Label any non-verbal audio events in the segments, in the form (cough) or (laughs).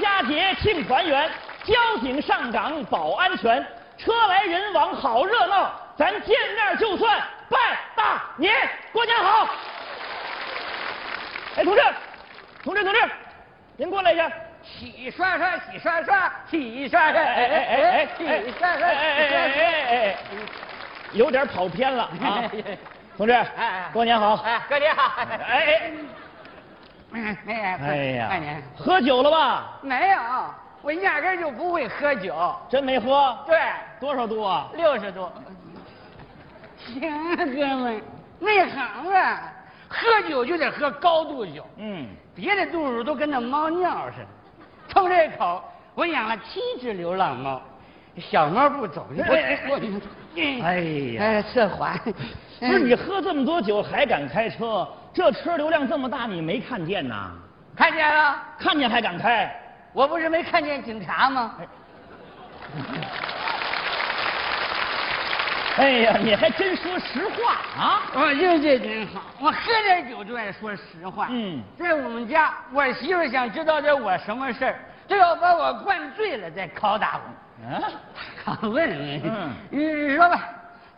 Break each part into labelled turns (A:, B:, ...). A: 佳节庆团圆，交警上岗保安全，车来人往好热闹，咱见面就算拜大年，过年好！哎，同志，同志，同志，您过来一下。
B: 洗刷刷，洗刷刷，洗刷
A: 哎
B: 刷，
A: 哎哎哎哎
B: 洗
A: 哎
B: 刷
A: 哎
B: 刷，洗
A: 哎
B: 刷
A: 哎哎哎，有点跑偏了啊！同志，过年好！
B: 哎，哥你好，
A: 哎哎，
B: 嗯哎呀，
A: 哎呀，
B: 过年
A: 喝酒了吧？
B: 没有，我压根儿就不会喝酒，
A: 真没喝？
B: 对，
A: 多少度啊？
B: 六十度。行啊，哥们，内行啊，喝酒就得喝高度酒，
A: 嗯，
B: 别的度数都跟那猫尿似的。凑这口，我养了七只流浪猫，小猫不走，你
A: 哎哎哎
B: 哎
A: 哎呀
B: 哎，嗯涉华，
A: (laughs) 不是你喝这么多酒还敢开车？这车流量这么大，你没看见呐？
B: 看见了？
A: 看见还敢开？
B: 我不是没看见警察吗？
A: 哎呀，你还真说实话啊！
B: 我运气真好，我喝点酒就爱说实话。
A: 嗯
B: 在我们家，我媳妇想知道点我什么事儿，都要把我灌醉了再拷打我。
A: 啊，
B: (laughs) 拷问，
A: 嗯
B: 你说吧，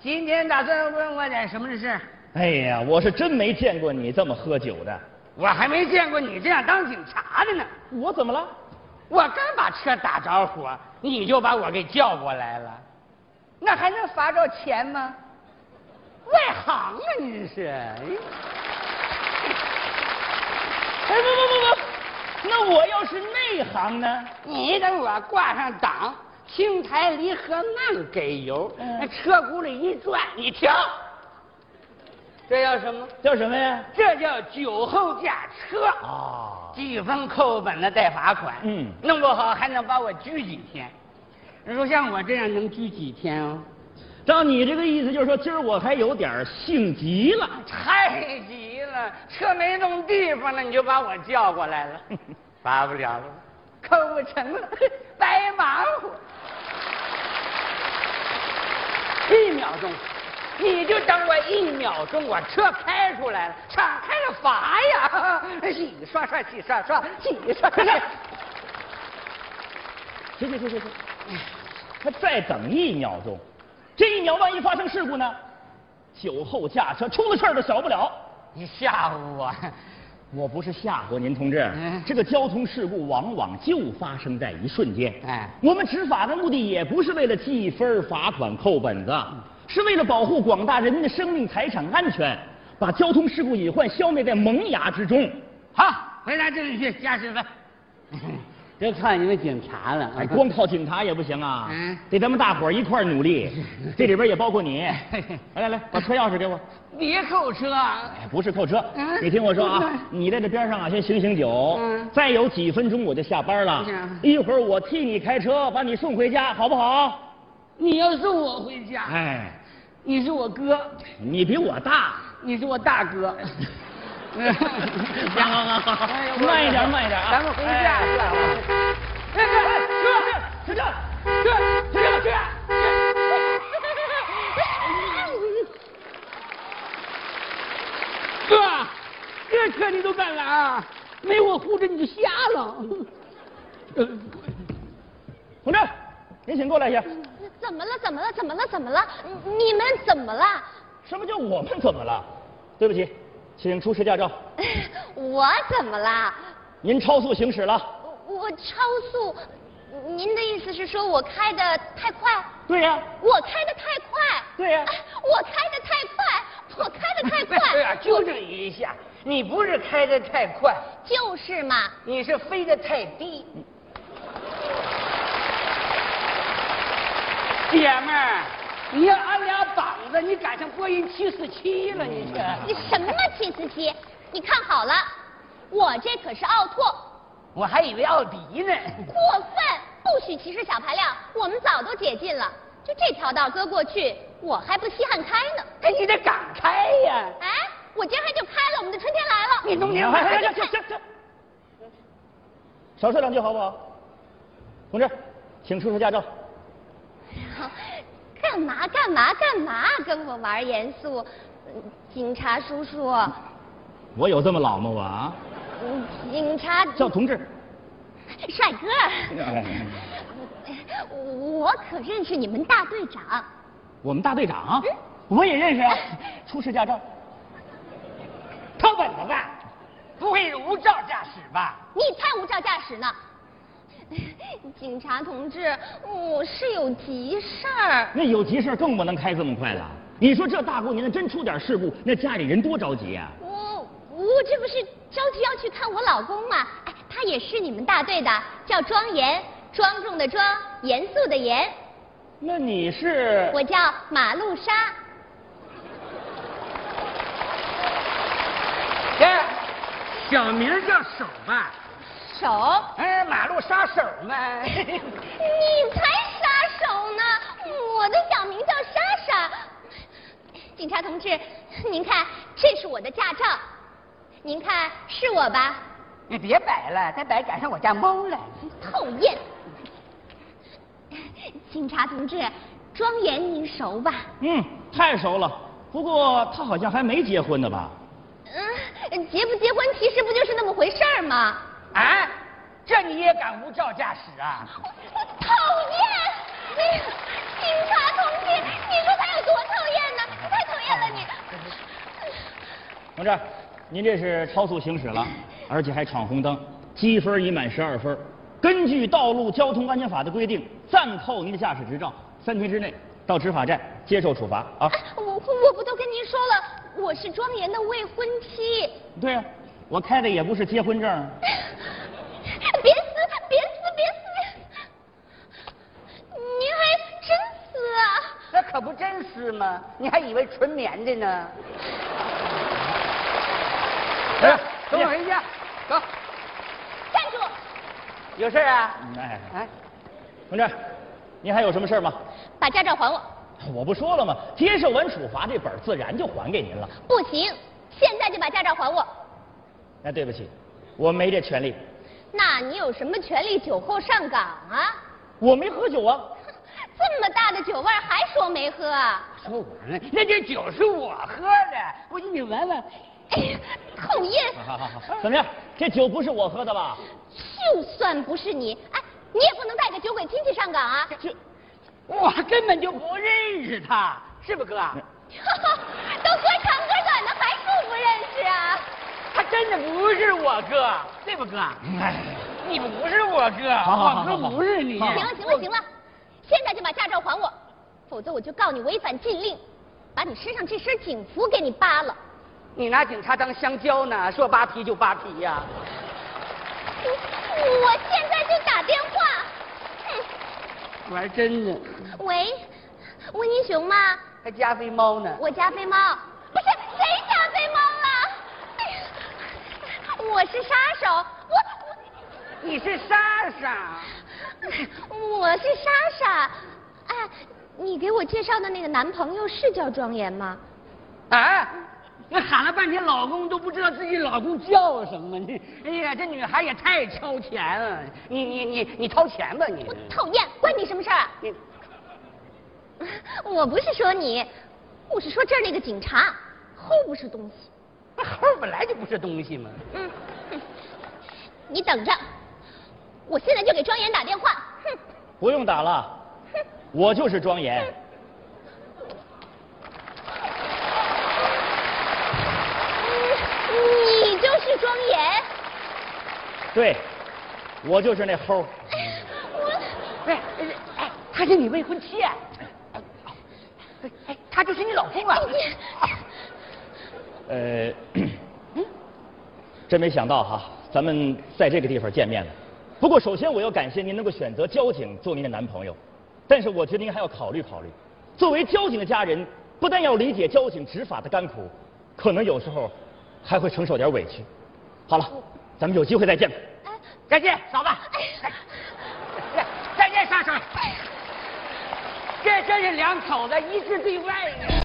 B: 今天打算问我点什么事儿？
A: 哎呀，我是真没见过你这么喝酒的。
B: 我还没见过你这样当警察的呢。
A: 我怎么了？
B: 我刚把车打着火，你就把我给叫过来了，那还能罚着钱吗？外行啊，你是。
A: 哎，不不不不，那我要是内行呢？
B: 你等我挂上档，青苔离合慢给油，
A: 嗯
B: 那车轱辘一转，你停。这叫什么？
A: 叫什么呀？
B: 这叫酒后驾车，
A: 啊，
B: 记分扣本的再罚款。
A: 嗯
B: 弄不好还能把我拘几天。你说像我这样能拘几天哦？
A: 照你这个意思，就是说今儿我还有点儿性急了。
B: 太急了，车没弄地方了，你就把我叫过来了，罚不 (laughs) 了了，扣不成了，白忙活。一秒钟，你就等我一秒钟，我车开出来了，敞开了罚呀！ (laughs) 洗刷刷，洗刷刷，洗刷刷。 (laughs)
A: 行行行行行，他再等一秒钟，这一秒万一发生事故呢？酒后驾车出了事儿都少不了。
B: 你吓唬我，
A: 我不是吓唬您，同志，
B: 嗯
A: 这个交通事故往往就发生在一瞬间。
B: 哎
A: 我们执法的目的也不是为了记分、罚款、扣本子，
B: 嗯
A: 是为了保护广大人民的生命财产安全，把交通事故隐患消灭在萌芽之中。
B: 好，回答正确，加十分。都靠你们警察了啊
A: 哎，光靠警察也不行啊，
B: 嗯
A: 得咱们大伙儿一块儿努力，这里边也包括你。来来来，把车钥匙给我。
B: 别扣车啊！
A: 哎，不是扣车，
B: 嗯
A: 你听我说啊
B: 嗯，
A: 你在这边上啊，先醒醒酒，
B: 嗯
A: 再有几分钟我就下班了
B: 是啊，
A: 一会儿我替你开车把你送回家，好不好？
B: 你要送我回家，
A: 哎，
B: 你是我哥，
A: 你比我大，
B: 你是我大哥。 (laughs) 哎行
A: 慢一点，慢一点啊，
B: 咱们回家
A: 哎
B: 去吧。哎哎哎，
A: 车车车
B: 哥，哥，哥，哥，哥，这车你都敢来啊？没我护着你就瞎了。
A: 同志，您请过来一下。
C: 怎么了？怎么了？怎么了？怎么了？你你们怎么了？ (laughs)
A: 什么叫我们怎么了？对不起，请出示驾照，
C: 我怎么了？
A: 您超速行驶了。
C: 我我超速。您的意思是说我开的太快？
A: 对呀、
C: 我开的太快。
A: 对呀
C: 哎我开的太快，我开的
A: (laughs)
C: 太快，
B: 哎纠正一下，你不是开的太快，
C: 就是嘛。
B: 你是飞得太低。姐们儿，你要按俩膀子，你赶上波音七四七了，你
C: 你
B: 这。
C: 什么七四七？你看好了，我这可是奥拓，
B: 我还以为奥迪呢。
C: 过分，不许歧视小排量，我们早都解禁了。就这条道搁过去，我还不稀罕开呢。
B: 哎，你得敢开呀！
C: 哎，我今儿还就开了，我们的春天来了。
B: 你弄
A: 行
B: 明
A: 行
B: 白
A: 哎行行行行，少说两句好不好？同志，请出示驾照。
C: 干嘛干嘛干嘛？跟我玩严肃？嗯警察叔叔，
A: 我有这么老吗？我啊，
C: 嗯警察
A: 叫同志，
C: 帅哥
A: 哎，
C: 我可认识你们大队长。
A: 我们大队长，啊嗯我也认识啊，出示驾照。
B: 偷本子吧？不会是无照驾驶吧？
C: 你才无照驾驶呢！警察同志，我是有急事儿。
A: 那有急事儿更不能开这么快了。你说这大过年的，真出点事故，那家里人多着急啊！
C: 我我这不是着急要去看我老公吗？哎，他也是你们大队的，叫庄严，庄重的庄，严肃的严。
A: 那你是
C: 我叫马路莎。
B: 这小名叫手吧？
C: 手？
B: 哎，马路杀手嘛。 (laughs)
C: 你才杀手呢！我的小名叫莎莎。警察同志，您看，这是我的驾照，您看是我吧？
B: 你别摆了，再摆赶上我家猫了。
C: 讨厌！ (laughs) 警察同志，庄严您熟吧？
A: 嗯，太熟了。不过他好像还没结婚呢吧？
C: 嗯，结不结婚其实不就是那么回事儿吗？
B: 啊，这你也敢无照驾驶啊？
C: 讨厌！哎呀，警察同志，你说他有多讨厌呢？你太讨厌了你！哎
A: 同志，您这是超速行驶了，而且还闯红灯，积分已满十二分。根据《道路交通安全法》的规定，暂扣您的驾驶执照，三天之内到执法站接受处罚啊！
C: 哎我我不都跟您说了，我是庄严的未婚妻。
A: 对啊，我开的也不是结婚证啊。
C: 别撕，别撕，别撕！您还真撕啊！
B: 那可不真是吗？你还以为纯棉的呢？哎，跟我回家，走。
C: 站住！
B: 有事啊？
A: 哎，
B: 哎，
A: 同志，您还有什么事儿吗？
C: 把驾照还我！
A: 我不说了吗？接受完处罚，这本儿自然就还给您了。
C: 不行，现在就把驾照还我！
A: 那哎对不起，我没这权利，
C: 那你有什么权利酒后上岗啊？
A: 我没喝酒啊。
C: 哼这么大的酒味儿还说没喝啊？
B: 说我呢？那这酒是我喝的，我信你闻闻。
C: 哎呀，讨厌！
A: 啊好好好，怎么样？这酒不是我喝的吧？
C: 就算不是你，哎，你也不能带着酒鬼亲戚上岗啊！ (laughs)
A: 这
B: 我根本就不认识他，是不哥？
A: 嗯
C: 都隔长隔短的，还不不认识啊？
B: 他真的不是我哥，对不哥？
A: 哎，
B: 你不是我哥，
A: 好好好好
B: 我哥不是你。
A: 好
C: 行了行了行了，现在就把驾照还我，否则我就告你违反禁令，把你身上这身警服给你扒了。
B: 你拿警察当香蕉呢？说扒皮就扒皮呀、
C: 我我现在就打电话。哼
B: 玩真的，
C: 喂，温英雄吗？
B: 还加菲猫呢。
C: 我家飞猫，不是谁家飞猫了？哎呀我是杀手，
B: 你是莎莎，
C: 我我我是莎莎。哎，你给我介绍的那个男朋友是叫庄严吗？
B: 啊？那喊了半天老公都不知道自己老公叫什么呢？哎呀，这女孩也太超前了。你你你你掏钱吧你
C: 我。讨厌，关你什么事儿啊？
B: 你
C: 我不是说你，我是说这儿那个警察，齁不是东西。
B: 那猴儿本来就不是东西嘛。
C: 嗯，哼你等着，我现在就给庄严打电话。哼，
A: 不用打了，我就是庄严。
C: 你就是庄严。
A: 对，我就是那猴儿。
C: 哎我
B: 哎哎哎，他是你未婚妻啊。哎哎，他就是你老公啊。
C: 你
A: 呃，真没想到哈、咱们在这个地方见面了。不过首先我要感谢您能够选择交警做您的男朋友，但是我觉得您还要考虑考虑。作为交警的家人，不但要理解交警执法的甘苦，可能有时候还会承受点委屈。好了，咱们有机会再见吧。
C: 哎
B: 再见，嫂子。哎再见，莎莎。这真是两口子一致对外呀。